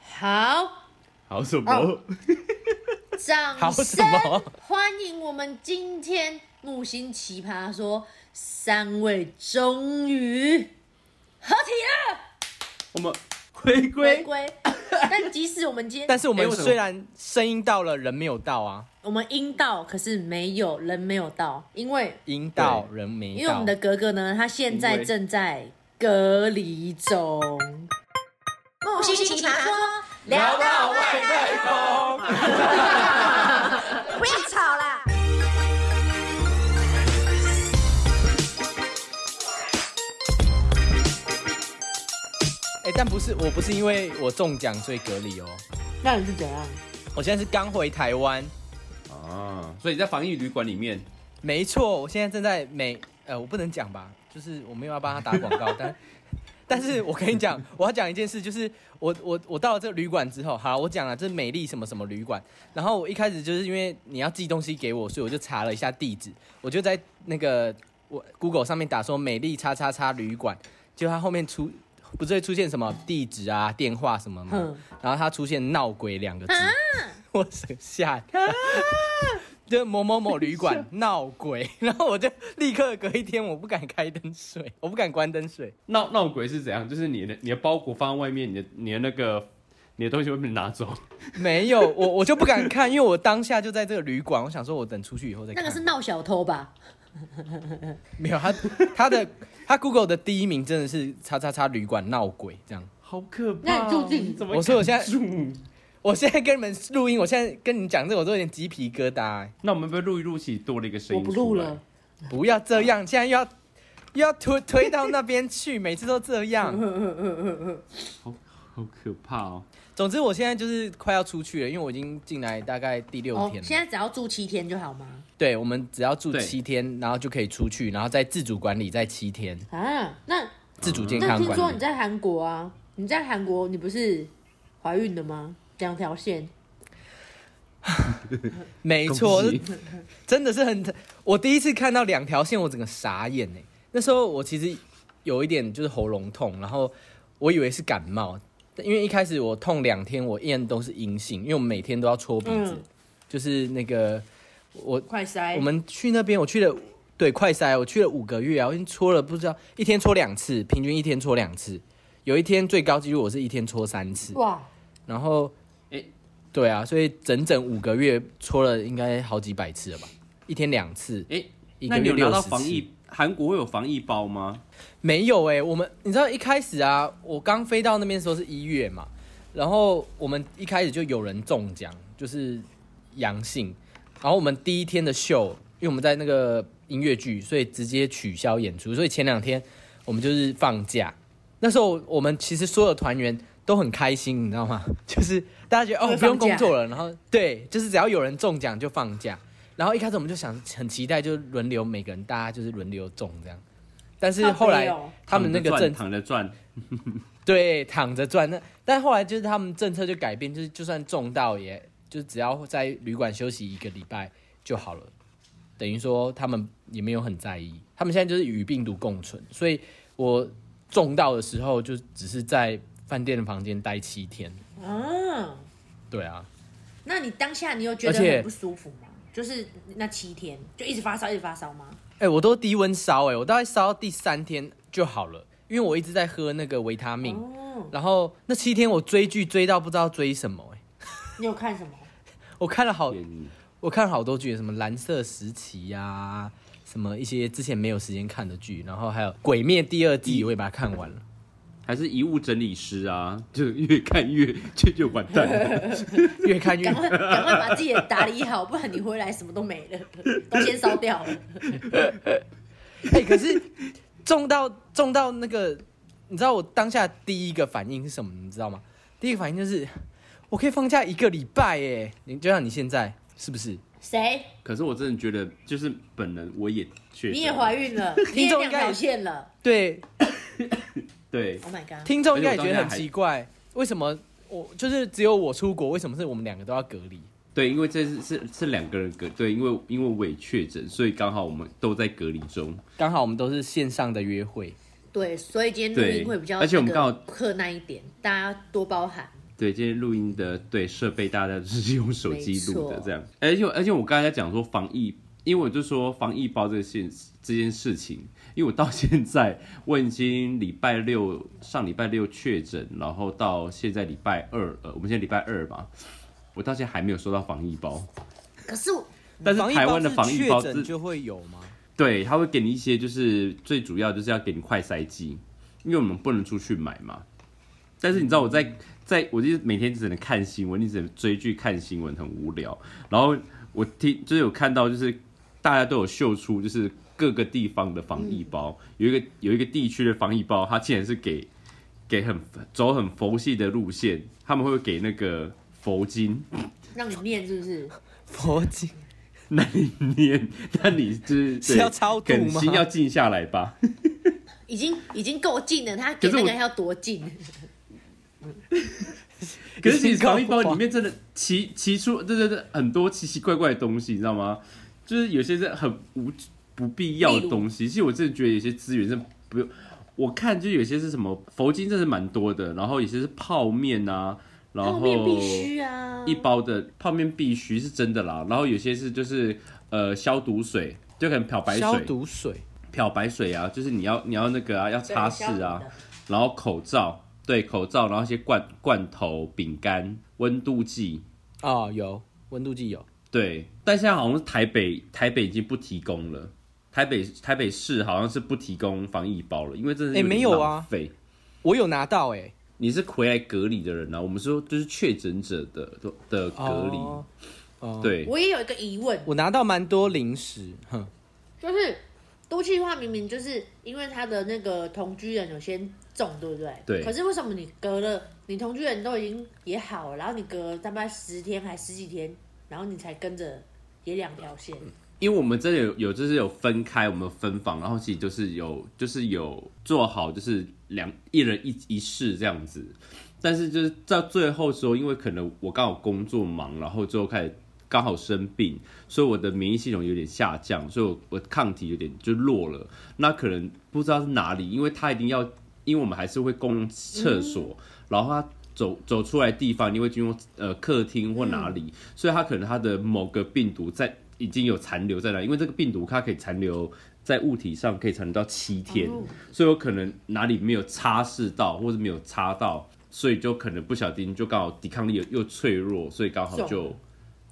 好，好什么？哦掌好什声么欢迎我们今天木星奇葩说三位终于合体了，我们回回归归。但即使我们今天，但是我哎们为什么虽然声音到了，人没有到啊，我们应到，可是没有人没有到，因为音到人没到。因为我们的格格呢，他现在因为正在隔离中。木星奇葩说聊到外不要吵啦！哎、但不是，我不是因为我中奖所以隔离哦， 那你是怎样？我现在是刚回台湾，啊！所以在防疫旅馆里面，没错，我现在正在美，呃，我不能讲吧，就是我没有要帮他打广 告，但但是我跟你讲，我要讲一件事，就是我我我到了这个旅馆之后，好，我讲了这是美丽什么什么旅馆，然后我一开始就是因为你要寄东西给我，所以我就查了一下地址，我就在那个我 Google 上面打说美丽叉叉叉旅馆，结果它后面出不是会出现什么地址啊、电话什么吗哼？然后它出现闹鬼两个字， 我整吓一跳。就某某某旅馆闹鬼，然后我就立刻隔一天，我不敢开灯睡，我不敢关灯睡。闹闹鬼是怎样？就是你的你的包裹放在外面，你的你的那个你的东西会被拿走。 没有，我我就不敢看，因为我当下就在这个旅馆，我想说我等出去以后再那个看。是闹小偷吧？没有他他的他 Google 的第一名真的是叉叉叉旅馆闹鬼这样。好可怕！那你住进怎么？我说我现在住，我现在跟你们录音，我现在跟你们讲这个，我都有点鸡皮疙瘩、欸那我们被录一录起多了一个声我音不录出来了。。不要这样，现在又要又要推推到那边去，每次都这样。 好可怕哦！总之，我现在就是快要出去了，因为我已经进来大概第六哦天，了。现在只要住七天就好吗？对，我们只要住对七天，然后就可以出去，然后再自主管理，再七天啊，那自主健嗯那康听说管你理。在韩国啊？你在韩国，你不是怀孕了吗？两条线，没错，真的是很，我第一次看到两条线，我整个傻眼哎。那时候我其实有一点就是喉咙痛，然后我以为是感冒，因为一开始我痛两天，我验都是阴性，因为我每天都要搓鼻子，嗯就是那个我快塞！我们去那边，我去了，对，快筛，我去了五个月啊，我已经搓了不知道一天搓两次，平均一天搓两次，有一天最高纪录我是一天搓三次，哇，然后，诶对啊，所以整整五个月搓了应该好几百次了吧，一天两次，哎，一那个你月有拿六到十防次。疫？韩国会有防疫包吗？没有哎、我们你知道一开始啊，我刚飞到那边的时候是一月嘛，然后我们一开始就有人中奖，就是阳性，然后我们第一天的秀，因为我们在那个音乐剧，所以直接取消演出，所以前两天我们就是放假。那时候我们其实所有团员都很开心，你知道吗？ 就是大家觉得因哦为不用放假工作了，然后对，就是只要有人中奖就放假。然后一开始我们就想很期待，就是轮流每个人大家就是轮流中这样。但是后来靠背哦他们那个政躺着赚躺着赚，对，躺着赚。那但后来就是他们政策就改变，就是就算中到也，就只要在旅馆休息一个礼拜就好了。等于说他们也没有很在意，他们现在就是与病毒共存。所以我中到的时候，就只是在饭店的房间待七天。啊，对啊，那你当下你有觉得而且很不舒服吗？就是那七天就一直发烧，一直发烧吗？哎、我都低温烧，哎，我大概烧到第三天就好了，因为我一直在喝那个维他命。哦，然后那七天我追剧追到不知道追什么、哎，你有看什么？我看了好天哪我看好多剧，什么《蓝色时期》呀，什么一些之前没有时间看的剧，然后还有《鬼灭》第二季，我也把它看完了。还是遗物整理师啊？就越看越就就完蛋了。 越看越赶快赶快把自己的打理好，不然你回来什么都没了，都先烧 掉了。 哎、可是中到中到那个，你知道我当下第一个反应是什么？你知道吗？第一个反应就是我可以放假一个礼拜耶！你就像你现在是不是？谁？可是我真的觉得，就是本人我也确诊，你也怀孕了，你 听也众两应该条也线了。对，对 Oh my god！听众应该也觉得很奇怪，为什么我就是只有我出国，为什么是我们两个都要隔离？对，因为这是是是两个人隔对，因为因为我也确诊，所以刚好我们都在隔离中。刚好我们都是线上的约会。对，所以今天录音会比较，对而且我们刚好困难一点，大家多包涵。对，今天录音的对设备大家都是 用手机录没的错这样，而且而且我刚才在讲说防疫，因为我就说防疫包这个现这件事情，因为我到 现在我已经礼拜六上礼拜六确诊，然后到现在礼拜二，呃，我们现在礼拜二嘛，我到现在还没有收到防疫包，可是我但是防疫台湾的包防是疫包确是诊就会有吗？对，他会给你一些，就是最主要就是要给你快筛剂，因为我们不能出去买嘛。但是你知道我在在我就是每天只能看新闻，一直追剧看新闻，很无聊。然后我听就是有看到，就是大家都有秀出，就是各个地方的防疫包，嗯有一个有一个地区的防疫包，它竟然是给给很走很佛系的路线，他们会给那个佛经，让你念是不是？佛经那你念，那你就是是对要超度梗吗心要静下来吧。已经已经够近了，他给可是那我个要多近？可是其实防疫包里面真的奇奇出，对对对，很多奇奇怪怪的东西，你知道吗？就是有些是很无不必要的东西。其实我真的觉得有些资源是不用，我看就有些是什么佛经，真的蛮多的，然后有些是泡面啊，然后泡面必须啊，一包的泡面必须是真的啦，然后有些是就是呃消毒水，就可能漂 白消水，毒水，漂白水啊，就是你要你要那个啊，要对擦拭啊消毒。的然后口罩，对口罩，然后一些罐罐头、饼干、温度计，哦，有温度计有，对。但现在好像是台北台北已经不提供了，台北台北市好像是不提供防疫包了，因为真的是哎没有啊费、啊。我有拿到哎，你是回来隔离的人啊，我们说就是确诊者的的的隔离，哦，哦，对。我也有一个疑问，我拿到蛮多零食，哼，就是都市化明明就是因为他的那个同居人有先中，对不对？对可是为什么你隔了你同居人都已经也好了，然后你隔了大概十天还十几天，然后你才跟着也两条线？因为我们真的有有就是有分开，我们有分房，然后其实就是有就是有做好就是两一人一一室这样子，但是就是到最后时候，因为可能我刚好工作忙，然后最后开始刚好生病，所以我的免疫系统有点下降，所以我我抗体有点就弱了。那可能不知道是哪里，因为他一定要，因为我们还是会公用厕所，然后他走走出来的地方，你会经过呃客厅或哪里，所以他可能他的某个病毒在已经有残留在那里，因为这个病毒它可以残留在物体上，可以残留到七天，哦所以有可能哪里没有擦拭到，或者没有擦到，所以就可能不小心就刚好抵抗力又又脆弱，所以刚好中就。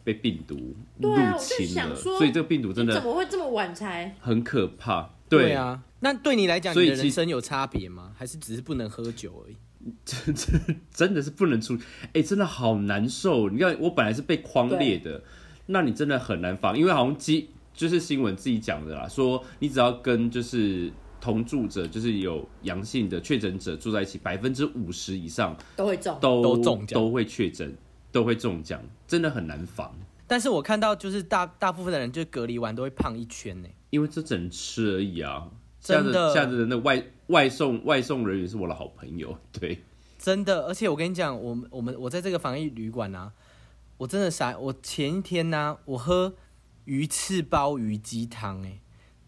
被病毒对入啊我就侵想了，说所以这个病毒真你怎的么会这么晚才？很可怕。对啊，那对你来讲，所以你的其人生有差别吗？还是只是不能喝酒而已？真真真的是不能出，哎、真的好难受。你看，我本来是被框列的，那你真的很难防，因为好像基就是新闻自己讲的啦，说你只要跟就是同住者，就是有阳性的确诊者住在一起，百分之五十以上都会中，都都中奖都会确诊，都会中奖，真的很难防，但是我看到就是大大部分的人就隔离完都会胖一圈欸呢。因为这只能吃而已啊。下真次的下次的那外外送外送人员是我的好朋友， 对，真的，而且我跟你讲，我们我们我在这个防疫旅馆啊，我真的傻，我前一天呢、我喝鱼翅鲍鱼鸡汤哎，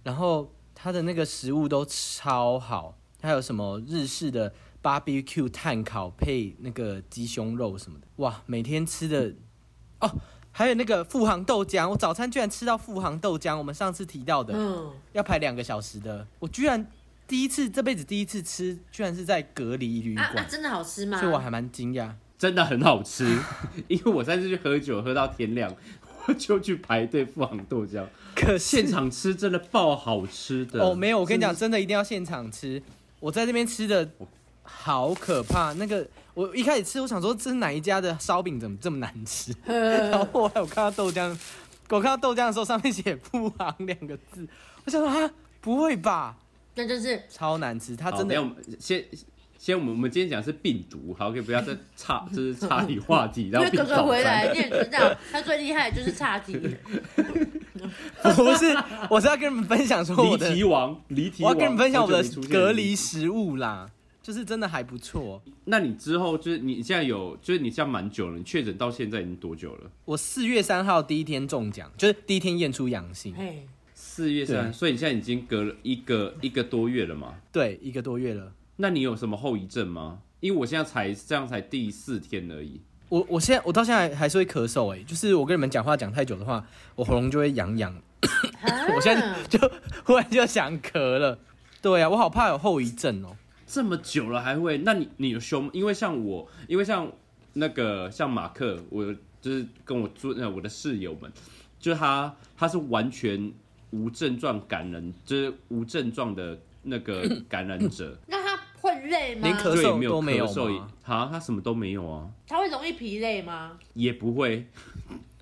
然后它的那个食物都超好，还有什么日式的 barbecue 炭烤配那个鸡胸肉什么的，哇，每天吃的哦，还有那个富航豆浆，我早餐居然吃到富航豆浆，我们上次提到的，嗯，要排两个小时的，我居然第一次这辈子第一次吃，居然是在隔离旅啊馆。啊，真的好吃吗？所以我还蛮惊讶。真的很好吃， 因为我上次去喝酒喝到天亮，我就去排队富航豆浆，可现场吃真的爆好吃的哦，没有，我跟你讲，真真的的一定要现场吃。我在这边吃的好可怕，那个我一开始吃，我想说这是哪一家的烧饼怎么这么难吃？然后后来我看到豆浆，我看到豆浆的时候上面写“不行”两个字，我想说啊，不会吧？那就是超难吃，它好啊真等的一下我们先先我们我们今天讲的是病毒，好，可以不要再岔， 就是岔题话题，因然后为变哥早餐哥回来，你也知道，他最厉害的就是差题， 不是，我是要跟你们分享说我离的，题王，离题我王，要跟你们分享我好的久没出现隔离。食物啦，就是真的还不错。那你之后就是你现在有，就是你现在蛮久了，你确诊到现在已经多久了？我四月三号第一天中奖，就是第一天验出阳性，嘿，四月三，对所以你现在已经隔了一个一个多月了嘛？对，一个多月了。那你有什么后遗症吗？因为我现在才这样才第四天而已。我我现在我到现在还是会咳嗽哎、就是我跟你们讲话讲太久的话，我喉咙就会痒痒， 我现啊在嗯就忽然就想咳了。对啊，我好怕有后遗症哦。这么久了还会？那你你有修吗？因为像我，因为像那个像马克，我就是跟我住呃我的室友们，就是他他是完全无症状感染，就是无症状的那个感染者，那他会累吗连？咳对，没嗽有都没有咳嗽也吗，啊，他什么都没有啊，他会容易疲累吗？也不会。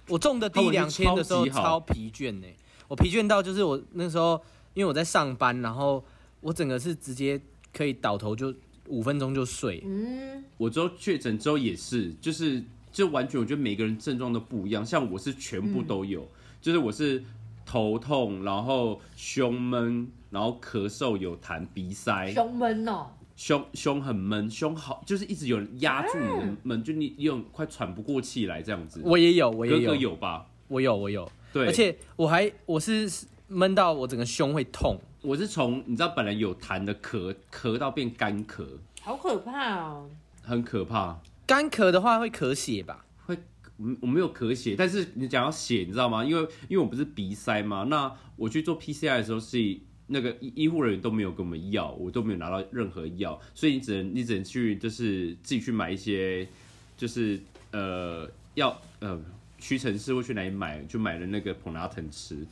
我中的第一两天的时候超疲倦呢、我疲倦到就是我那时候因为我在上班，然后我整个是直接可以倒头就五分钟就睡。嗯，我之后确诊之后也是，就是就完全我觉得每个人症状都不一样，像我是全部都有，就是我是头痛，然后胸闷，然后咳嗽有痰，鼻塞，胸闷哦，胸胸很闷，胸好就是一直有人压住你的闷，就你你有点快喘不过气来这样子。我也有，我也哥有，哥有吧？我有，我有，对，而且我还我是闷到我整个胸会痛。我是从你知道本来有痰的咳咳到变干咳，好可怕哦。很可怕。干咳的话会咳血吧？会，嗯我没有咳血，但是你讲到血，你知道吗？因为因为我不是鼻塞嘛，那我去做 PCR 的时候是那个医医护人员都没有给我们药，我都没有拿到任何药，所以你只能你只能去就是自己去买一些，就是呃药呃屈臣氏会去哪里买，就买了那个普拿疼吃，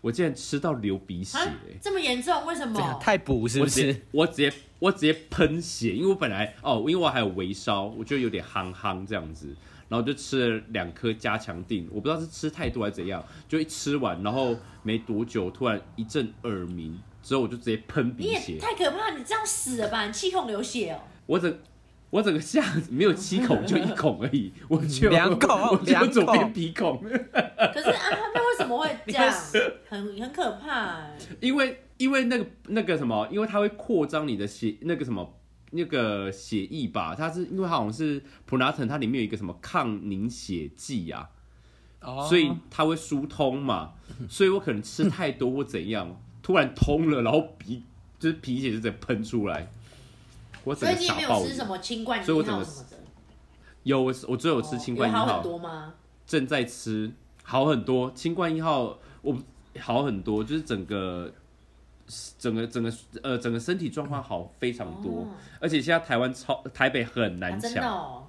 我竟然吃到流鼻血、啊欸，这么严重？为什这样么？太补是我不直是接？我直接我直接喷血，因为我本来哦，因为我还有微烧，我就有点憨憨这样子，然后就吃了两颗加强定，我不知道是吃太多还是怎样，就一吃完，然后没多久突然一阵耳鸣，之后我就直接喷你鼻也血，太可怕，你这样死了吧？你气孔流血 哦。我整我整个下子没有七孔，就一孔而已，我就两孔我两就孔左边鼻孔，可是啊，他们为什么 会这样？很很可怕哎、因为因为那个那个什么，因为它会扩张你的血那个什么那个血液吧，它是因为它好像是普拿疼，它里面有一个什么抗凝血剂啊，哦所以它会疏通嘛，所以我可能吃太多或怎样，突然通了，然后鼻就是鼻血就直接喷出来，我整所以个你也没傻有爆吃什眼。么清冠一所号以我什么整个的。哦有我我只有吃清冠一有好很号，多吗？正在吃，好很多。清冠一号我不好很多，就是整个整个整个呃整个身体状况好非常多，哦而且现在台湾超台北很啊难真抢，的哦，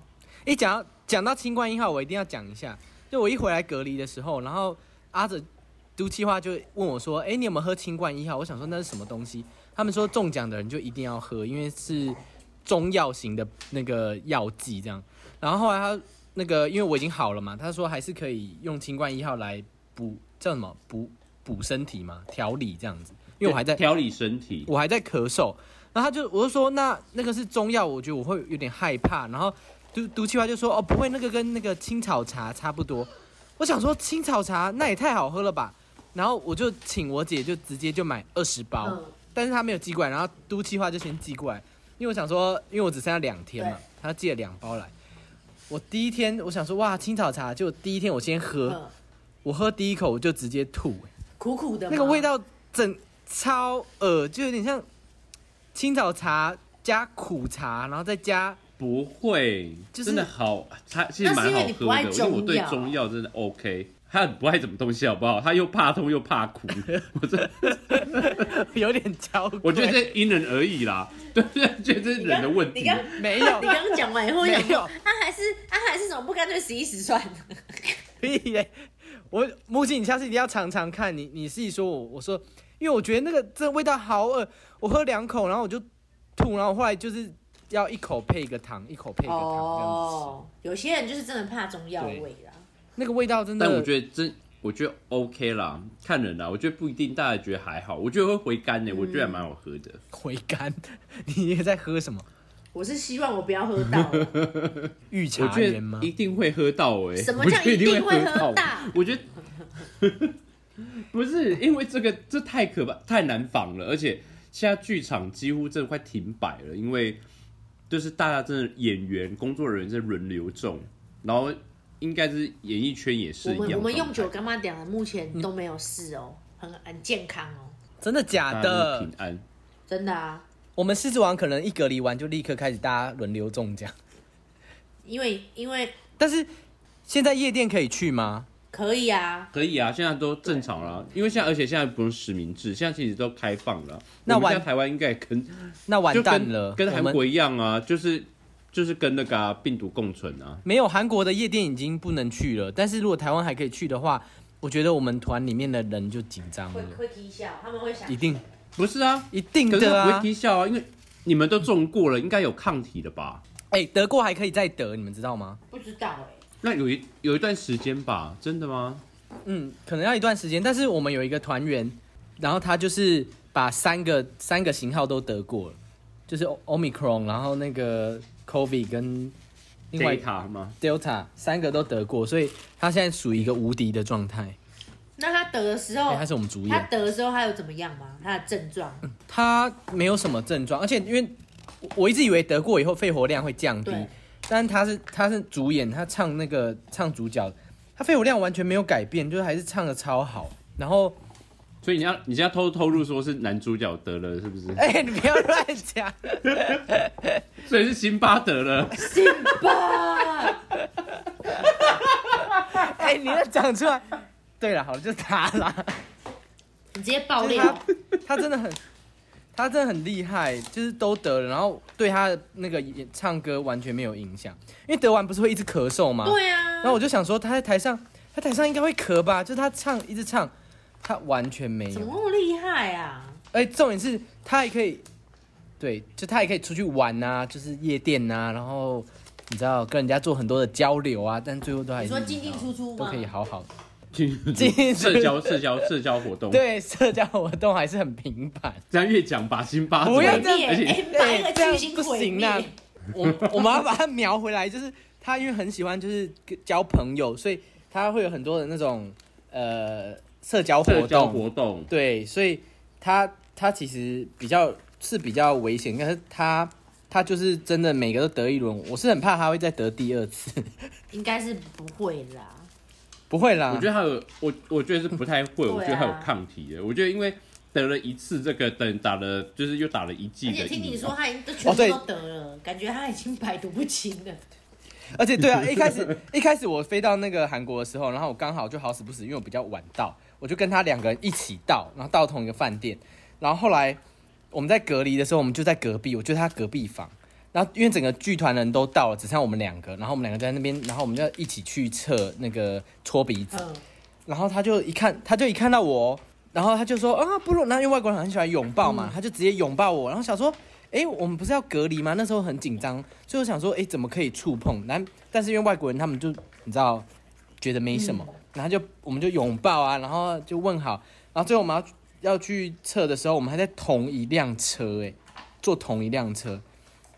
一讲到讲到清冠一号，我一定要讲一下。就我一回来隔离的时候，然后阿哲都计划就问我说：“哎、你有没有喝清冠一号？”我想说那是什么东西？他们说中奖的人就一定要喝，因为是中药型的那个药剂这样。然后后来他那个因为我已经好了嘛，他说还是可以用清冠一号来补叫什么补补身体嘛，调理这样子。因为我还在调理身体，我还在咳嗽，然后他就我就说那那个是中药，我觉得我会有点害怕，然后毒毒气花就说哦不会，那个跟那个青草茶差不多。我想说青草茶那也太好喝了吧，然后我就请我姐就直接就买二十包，嗯，但是她没有寄过来，然后都气花就先寄过来，因为我想说，因为我只剩下两天嘛对，她寄了两包来。我第一天我想说哇青草茶，就第一天我先喝，嗯我喝第一口我就直接吐、欸苦苦的吗，那个味道整超恶，就有点像青草茶加苦茶，然后再 加不会，就是真的好，它其实那是蛮因为好你不喝爱的，因为我对中药中药真的 OK。他很不爱什么东西，好不好？他又怕痛又怕苦， 我这有点焦贵。我觉得这因人而异啦， 对不对？觉得这是人的问你题。啊刚没有 你刚刚讲完以后，我想没说有啊，还是啊，还是怎么不干脆死一死算了？屁嘞！我木槿，你下次一定要尝尝看。你你自己说我，我说，因为我觉得那个真的味道好恶，我喝两口，然后我就吐，然后后来就是要一口配一个糖，一口配一个糖这样子。哦，有些人就是真的怕中药味啦。那个味道真的，但我觉得真，我觉得 OK 啦，看人啦，我觉得不一定，大家觉得还好，我觉得会回甘欸呢、我觉得还蛮好喝的。回甘。 你也在喝什么我是希望我不要喝到，哦 御我茶觉园得吗？一定会喝到哎、什么我叫觉得一定会会喝到？到？ 我觉得不是因为这个，这太可怕，太难防了，而且现在剧场几乎真的快停摆了，因为就是大家真的演员、工作人员在轮流中，然后应该是演艺圈也是我一样们我们用酒酒干妈讲的，目前都没有事哦，很很健康哦，真的假大家都的平？安。真的啊。我们狮子王可能一隔离完就立刻开始大家轮流中奖，因为因为但是现在夜店可以去吗？可以啊，可以啊，现在都正常了，啊因为现在而且现在不用实名制，现在其实都开放了。啊那我们完现在台湾应该也跟那完就蛋了，跟跟我韩们国一样啊，就是就是跟那个啊、病毒共存啊。没有韩国的夜店已经不能去了，但是如果台湾还可以去的话，我觉得我们团里面的人就紧张会了，会踢笑，他们会想嗯一定不是啊，一定可是的它不会啊！低效啊，因为你们都中过了，应该有抗体了吧？哎、德国还可以再得，你们知道吗？不知道哎、那有一有一段时间吧，真的吗？嗯，可能要一段时间，但是我们有一个团员，然后他就是把三个三个型号都得过了，就是 O- Omicron，然后那个 COVID 跟另外一个卡吗？ Delta 三个都得过，所以他现在属于一个无敌的状态。那他得的时哎、候，他是我们主他演，得的时候他有怎么样吗？他的症状？嗯他没有什么症状，而且因为我我一直以为得过以后肺活量会降低对，但他是他是主演，他唱那个唱主角，他肺活量完全没有改变，就是还是唱的超好，然后。 所以你要你现在偷偷录说是男主角得了，是不是？哎、你不要乱讲！所以是辛巴得 了，辛巴，哎、你要讲出来。对了，好了，就他啦。你直接爆就是料他，他真的很，他真的很厉害，就是都得了，然后对他的那个演唱歌完全没有影响，因为得完不是会一直咳嗽吗？对啊然，后我就想说，他在台上，他台上应该会咳吧？就是他唱一直唱，他完全没怎么有。那么厉害啊？而且重点是他还可以，对，就他也可以出去玩啊，就是夜店啊，然后你知道跟人家做很多的交流啊，但最后都还你是说进哎进出出都吗可？以好好的。进社交社交社交活动。，对，社交活动还是很频繁。这样越讲把辛巴不要毁这样灭，而且哎，把那个这样巨星不毁行灭啊。我我 们要把它描回来，就是他因为很喜欢就是交朋友，所以他会有很多的那种呃社交活社交动。活动对，所以他他其实比较是比较危险，但是他他就是真的每个都得一轮，我是很怕他会再得第二次。 应该是不会啦。不会啦，我觉得他有，我我觉得是不太会，对啊我觉得他有抗体的。我觉得因为得了一次这个，等打了就是又打了一剂而的疫苗，且听你说，他已经都哦全对部都得了，感觉他已经百毒不侵 了。而且对啊，一开始 一开始我飞到那个韩国的时候，然后我刚好就好死不死，因为我比较晚到，我就跟他两个人一起到，然后到同一个饭店，然后后来我们在隔离的时候，我们就在隔壁，我就在他隔壁房。然后因为整个剧团人都到了，只剩下我们两个，然后我们两个在那边，然后我们就一起去测那个搓鼻子，嗯，然后他就一看，他就一看到我，然后他就说啊，不如，然后因为外国人很喜欢拥抱嘛，他就直接拥抱我，然后想说，哎，我们不是要隔离吗？那时候很紧张，所以我想说，哎，怎么可以触碰？但但是因为外国人他们就你知道，觉得没什嗯么，然后就我们就拥抱啊，然后就问好，然后最后我们要要去测的时候，我们还在同一辆车、诶，哎，坐同一辆车，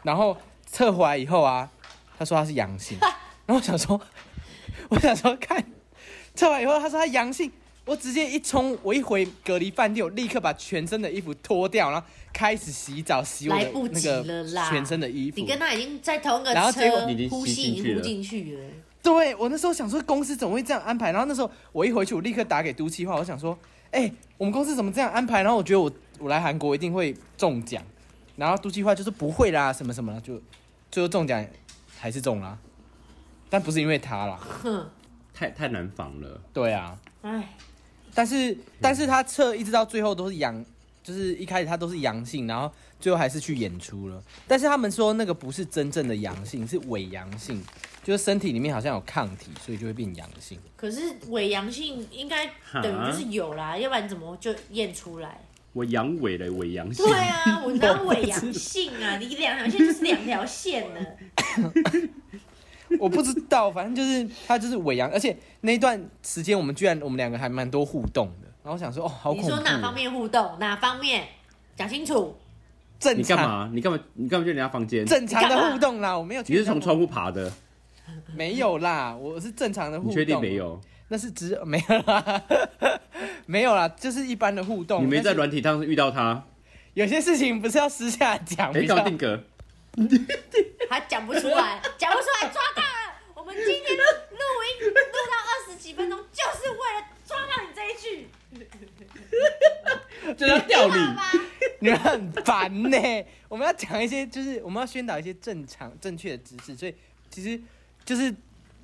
然后测回来以后啊，他说他是阳 性，然后我想说，我想说看。测完以后，他说他阳性，我直接一冲，我一回隔离饭店，我立刻把全身的衣服脱掉，然后开始洗澡，洗我来的不那及了个啦全身的衣服。你跟他已经在同一个然后车结果你已经，呼吸吸进已去经呼了进去了。对我那时候想说，公司怎么会这样安排？然后那时候我一回去，我立刻打给都企划，我想说，哎、我们公司怎么这样安排？然后我觉得我我来韩国一定会中奖，然后都企划就说不会啦，什么什么啦，就最后中奖还是中啦，但不是因为他啦，哼，太太难防了。对啊，哎，但是但是他测一直到最后都是阳，就是一开始他都是阳性，然后最后还是去演出了。但是他们说那个不是真正的阳性，是伪阳性，就是身体里面好像有抗体，所以就会变阳性。可是伪阳性应该哈等于就是有啦，要不然怎么就验出来？我阳痿了，伪阳性对。啊，我哪有伪阳性啊？ 你两条线就是两条线呢。我不知道，反正就是他就是伪阳，而且那一段时间我们居然我们两个还蛮多互动的。然后我想说，哦，好你恐怖说哦！哪方面互动？哪方面？讲清楚。正你干常嘛？你干嘛？你干嘛去人家房间？正常你干的嘛互动啦，我没有去。你是从窗户爬的？没有啦，我是正常的互你动。确定没？有？那是只没有啦， 没有啦，就是一般的互动。你没在但是软体上遇到他？有些事情不是要私下讲，哎，比较搞 定格，还讲不出来，讲不出来，抓到了！我们今天录音录到二十几分钟，就是为了抓到你这一句，就是要吊知啊道你。吗？你们很烦呢、 我们要讲一些，就是我们要宣导一些正常正确的知识，所以其实就是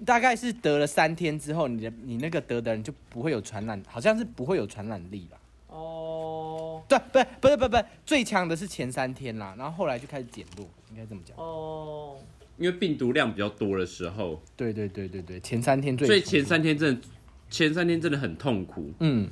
大概是得了三天之后，你的你那个得的人就不会有传染，好像是不会有传染力吧？哦对，不是不是不是不是，最强的是前三天啦，然后后来就开始减弱，应该这么讲。哦，因为病毒量比较多的时候，对对对对对，前三天最所以强前三天真的前三天真的很痛苦。嗯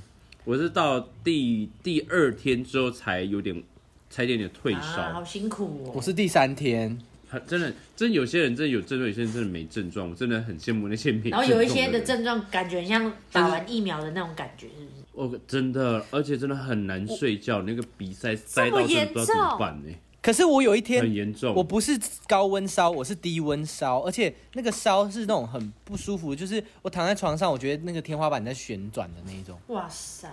我是到第第二天之后才有点才有点点退啊，好烧，辛苦哦。我是第三天，很真的真的有些人真的有症状，有些人真的没症状，我真的很羡慕那些没。然后有一些的的人症状感觉很像打完疫苗的那种感觉，是不是？哦，真的，而且真的很难睡觉，那个鼻塞塞么到真的不知道怎严么重办呢、可是我有一天很严重。我不是高温烧，我是低温烧，而且那个烧是那种很不舒服，就是我躺在床上，我觉得那个天花板在旋转的那一种。哇塞，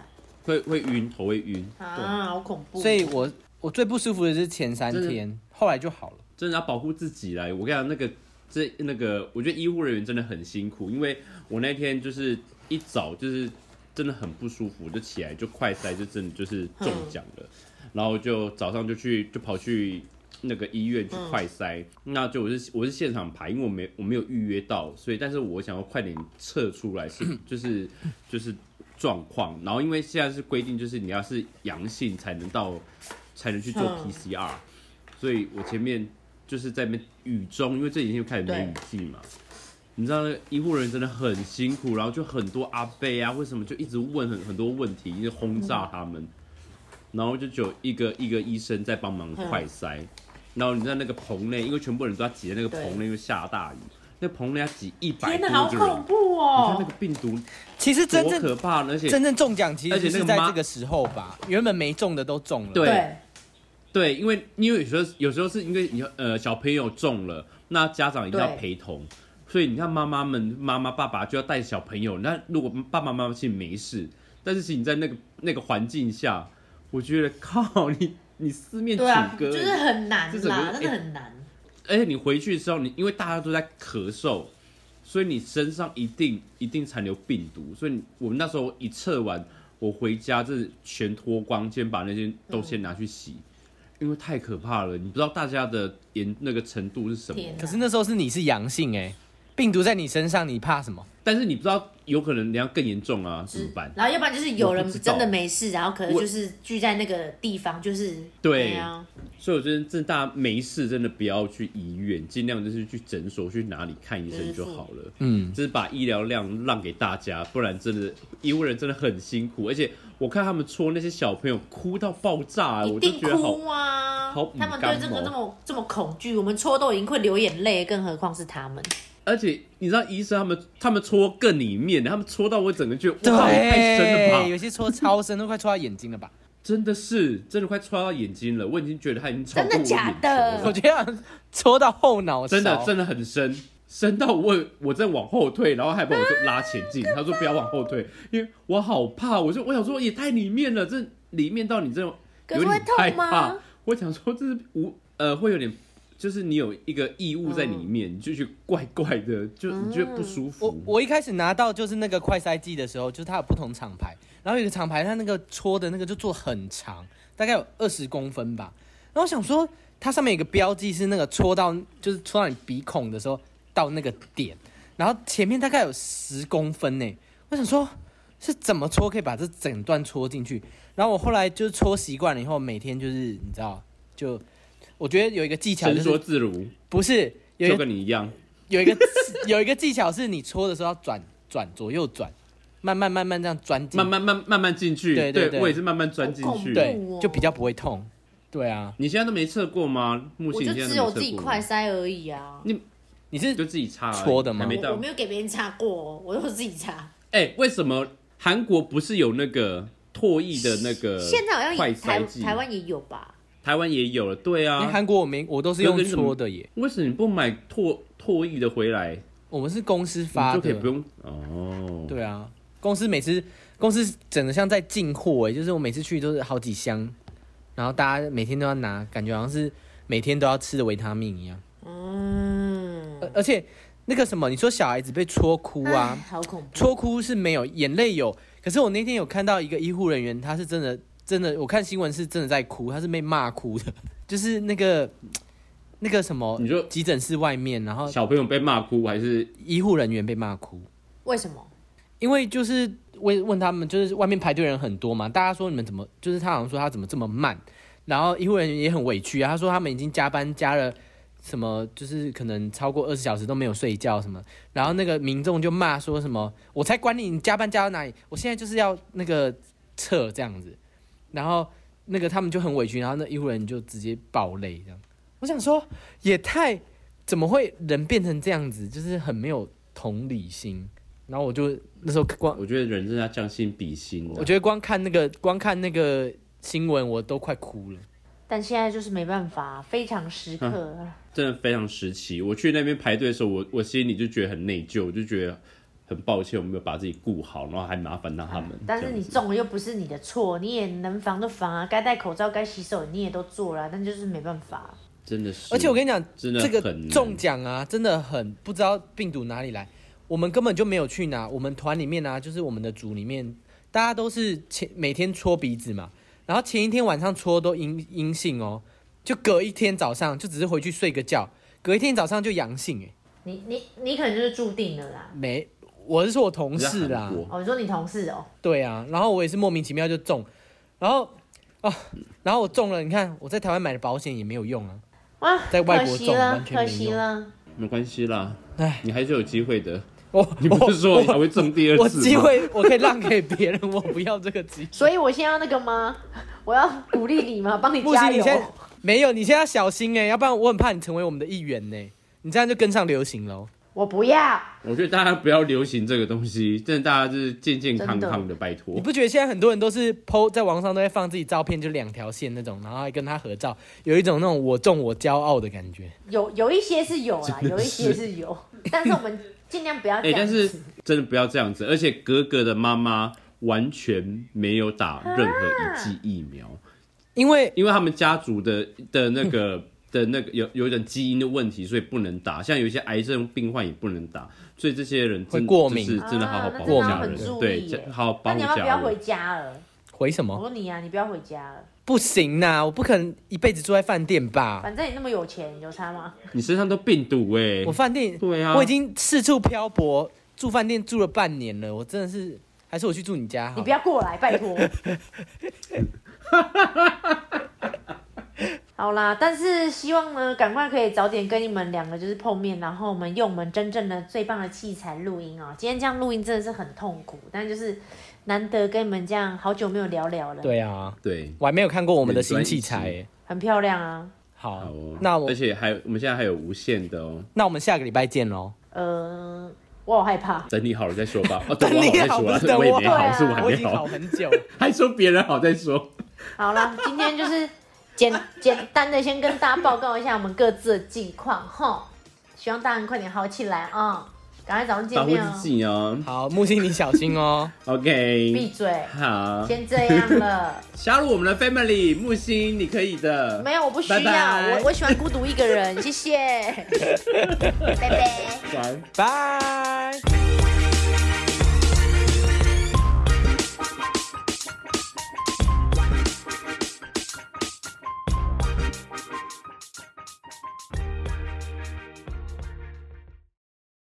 会会晕，头会晕，啊，好恐怖。所以我我最不舒服的是前三真的天，嗯后来就好了。真的要保护自己来。我跟你讲，那个这那个，我觉得医护人员真的很辛苦，因为我那天就是一早就是真的很不舒服，就起来就快塞，就真的就是中奖了，然后就早上就去就跑去。那个医院去快塞，那就我是我是现场排，因为我没我没有预约到，所以但是我想要快点测出来是 就是就是状况，然后因为现在是规定就是你要是阳性才能到才能去做嗯 PCR，所以我前面就是在那边雨中，因为这几天又开始没雨季嘛，你知道那个医护人员真的很辛苦，然后就很多阿伯啊，为什么就一直问很很多问题，一直轰炸他们，然后就只有一个一个医生在帮忙快塞，然后你知道那个棚内，因为全部人都要挤在那个棚内，因为下大雨，那棚内要挤一百天多哪，个好人，恐怖你看那哦个！病毒其实真多正可怕，而且真正中奖其而且实那个是在妈这个时候吧，原本没中的都中了。对对，因为因为有时候有时候是因为你呃小朋友中了，那家长一定要对陪同，所以你看妈妈们妈妈爸爸就要带小朋友。那如果爸爸妈妈其实没事，但是其实你在那个那个环境下，我觉得靠你你四面楚对啊，歌，欸就是很难这整啦，个真的很难。而且你回去之后，你因为大家都在咳嗽，所以你身上一定一定残留病毒。所以你我们那时候一测完，我回家这全脱光，先把那些都先拿去洗，因为太可怕了。你不知道大家的严那个程度是什么，天哪，可是那时候是你是阳性哎、病毒在你身上，你怕什么？但是你不知道有可能人家更严重啊，怎么办？然后要不然就是有人我不知道真的没事，然后可能我就是聚在那个地方，就是对啊，所以我觉得正大家没事真的不要去医院，尽量就是去诊所去哪里看医生就好了。嗯，就是把医疗量让给大家，不然真的医务人真的很辛苦，而且我看他们戳那些小朋友哭到爆炸，啊一我就定觉得好哭啊！好他们对母这干哦个这么这么恐惧，我们戳都已经会流眼泪，更何况是他们。而且你知道医生他们他们戳更里面，他们戳到我整个觉得对，哇太深了哎有吧，些戳超深，都快戳到眼睛了吧？真的是真的快戳到眼睛了，我已经觉得他已经超过我真的眼球假了的我觉得戳到后脑勺，真的真的很深，深到我我在往后退，然后还把我就拉前进，他说不要往后退，因为我好怕，我说我想说也太里面了，这里面到你这种可有是会点害痛怕吗，我想说这是无呃会有点。就是你有一个异物在里嗯面，你就觉得怪怪的，就你觉得不舒服。我我一开始拿到就是那个快塞剂的时候，就是它有不同厂牌，然后有一个厂牌它那个戳的那个就做很长，大概有二十公分吧。然后我想说，它上面有个标记是那个戳到，就是戳到你鼻孔的时候到那个点，然后前面大概有十公分呢。我想说，是怎么戳可以把这整段戳进去？然后我后来就是戳习惯了以后，每天就是你知道，就我觉得有一个技巧伸就缩是自如，不是有一就个跟你一样，有一个有一个技巧是你戳的时候要转转左右转，慢慢慢慢这样钻进，慢慢慢慢慢进去。对对对我也是慢慢钻进好恐去。怖对哦，就比较不会痛。对啊，你现在都没测过吗？木我星，就你现在只都有没测自己过吗快塞而已啊，你是就自己擦而已戳的吗还没我到我没有给别人擦过哦，我都是自己擦。哎、为什么韩国不是有那个唾液的那个？现在好像呃快也塞台剂，台湾也有吧？台湾也有了，对因为啊。韩国我没我都是用戳的耶，为什么你不买唾唾液的回来，我们是公司发你就可以的不，用哦？对啊，公司每次公司整的像在进货哎，就是我每次去都是好几箱，然后大家每天都要拿，感觉好像是每天都要吃的维他命一样，嗯，而而且那个什么，你说小孩子被戳哭啊唉，好恐怖。戳哭是没有，眼泪有。可是我那天有看到一个医护人员，他是真的真的，我看新闻是真的在哭，他是被骂哭的， 就是那个那个什么，你说急诊室外面，然后小朋友被骂哭还是医护人员被骂哭，为什么？因为就是问问他们，就是外面排队人很多嘛，大家说你们怎么，就是他好像说他怎么这么慢，然后医护人员也很委屈啊，他说他们已经加班加了什么，就是可能超过二十小时都没有睡觉什么，然后那个民众就骂说什么，我才管你你加班加到哪里，我现在就是要那个撤这样子，然后那个他们就很委屈，然后那医护人员就直接爆泪这样，我想说也太怎么会人变成这样子，就是很没有同理心。然后我就那时候光我觉得人真的要将心比心啊的、我觉得光看那个光看那个新闻，我都快哭了。但现在就是没办法，非常时刻。真的非常时期。我去那边排队的时候，我我心里就觉得很内疚，我就觉得很抱歉，我没有把自己顾好，然后还麻烦到他们。嗯但是你这样子中了又不是你的错，你也能防就防啊，该戴口罩、该洗手你也都做了啊，但就是没办法。真的是，而且我跟你讲，真的这个很难中奖啊，真的很不知道病毒哪里来。我们根本就没有去拿，我们团里面啊，就是我们的组里面，大家都是前每天搓鼻子嘛，然后前一天晚上搓都阴阴性哦，就隔一天早上就只是回去睡个觉，隔一天早上就阳性哎、你你你可能就是注定了啦。没，我是说我同事在啦韩，国哦，你说你同事哦，对啊，然后我也是莫名其妙就中，然后哦，然后我中了，你看我在台湾买的保险也没有用啊，哇，在外可国惜中了完，全没可惜用了。没关系啦，唉，你还是有机 会的。哎我你不是说我你还会中第二次我吗机？会我可以让给别人，我不要这个机会。 所以我现在要那个吗？我要鼓励你吗？帮你木加星，你油现。在没有，你现在要小心哎、要不然我很怕你成为我们的一员呢、你这样就跟上流行喽。我不要。我觉得大家不要流行这个东西，真的大家就是健健康康真的，拜托你。不觉得现在很多人都是 PO 在网上都在放自己照片，就两条线那种，然后还跟他合照，有一种那种我中我骄傲的感觉。有有一些是有啦，有一些是有，但是我们尽量不要这哎、样但子。是真的不要这样子，而且格格的妈妈完全没有打任何一剂疫苗。因为因为他们家族的的那 个的那个有有点基因的问题，所以不能打。像有一些癌症病患也不能打，所以这些人会真过敏就是真的好好保护过家敏人，啊那真的要很注对，意耶这好好那保护你要不要不要回家人。哦家了？回什我么？说你啊，你不要回家了，不行呐、我不可能一辈子住在饭店吧？反正你那么有钱，有差吗？你身上都病毒哎、我饭店，对啊我已经四处漂泊，住饭店住了半年了，我真的是，还是我去住你家好了你不要过来，拜托。 好啦，但是希望呢，赶快可以早点跟你们两个就是碰面，然后我们用我们真正的最棒的器材录音哦。今天这样录音真的是很痛苦，但就是难得跟你们这样好久没有聊聊了，对啊，对，我还没有看过我们的新器材、远端一欸。很漂亮啊。好，好哦。那我而且还有我们现在还有无线的哦，那我们下个礼拜见 喽。呃，我好害怕。等你好了再说 吧。哦，等我好你再好，不是说等啦，也我没好，啊是我还我已没经好好，很久。还说别人好再说。好啦，今天就是 简简单的先跟大家报告一下我们各自的近况哈，希望大人快点好起来啊、赶快早上保见护面哦自。己哦。好，木星你小心 哦。闭 OK，嘴，好，先这样了。加入我们的 family，木星，你可以的。没有，我不需要，拜拜我我喜欢孤独一个人，谢谢，拜拜。完。拜。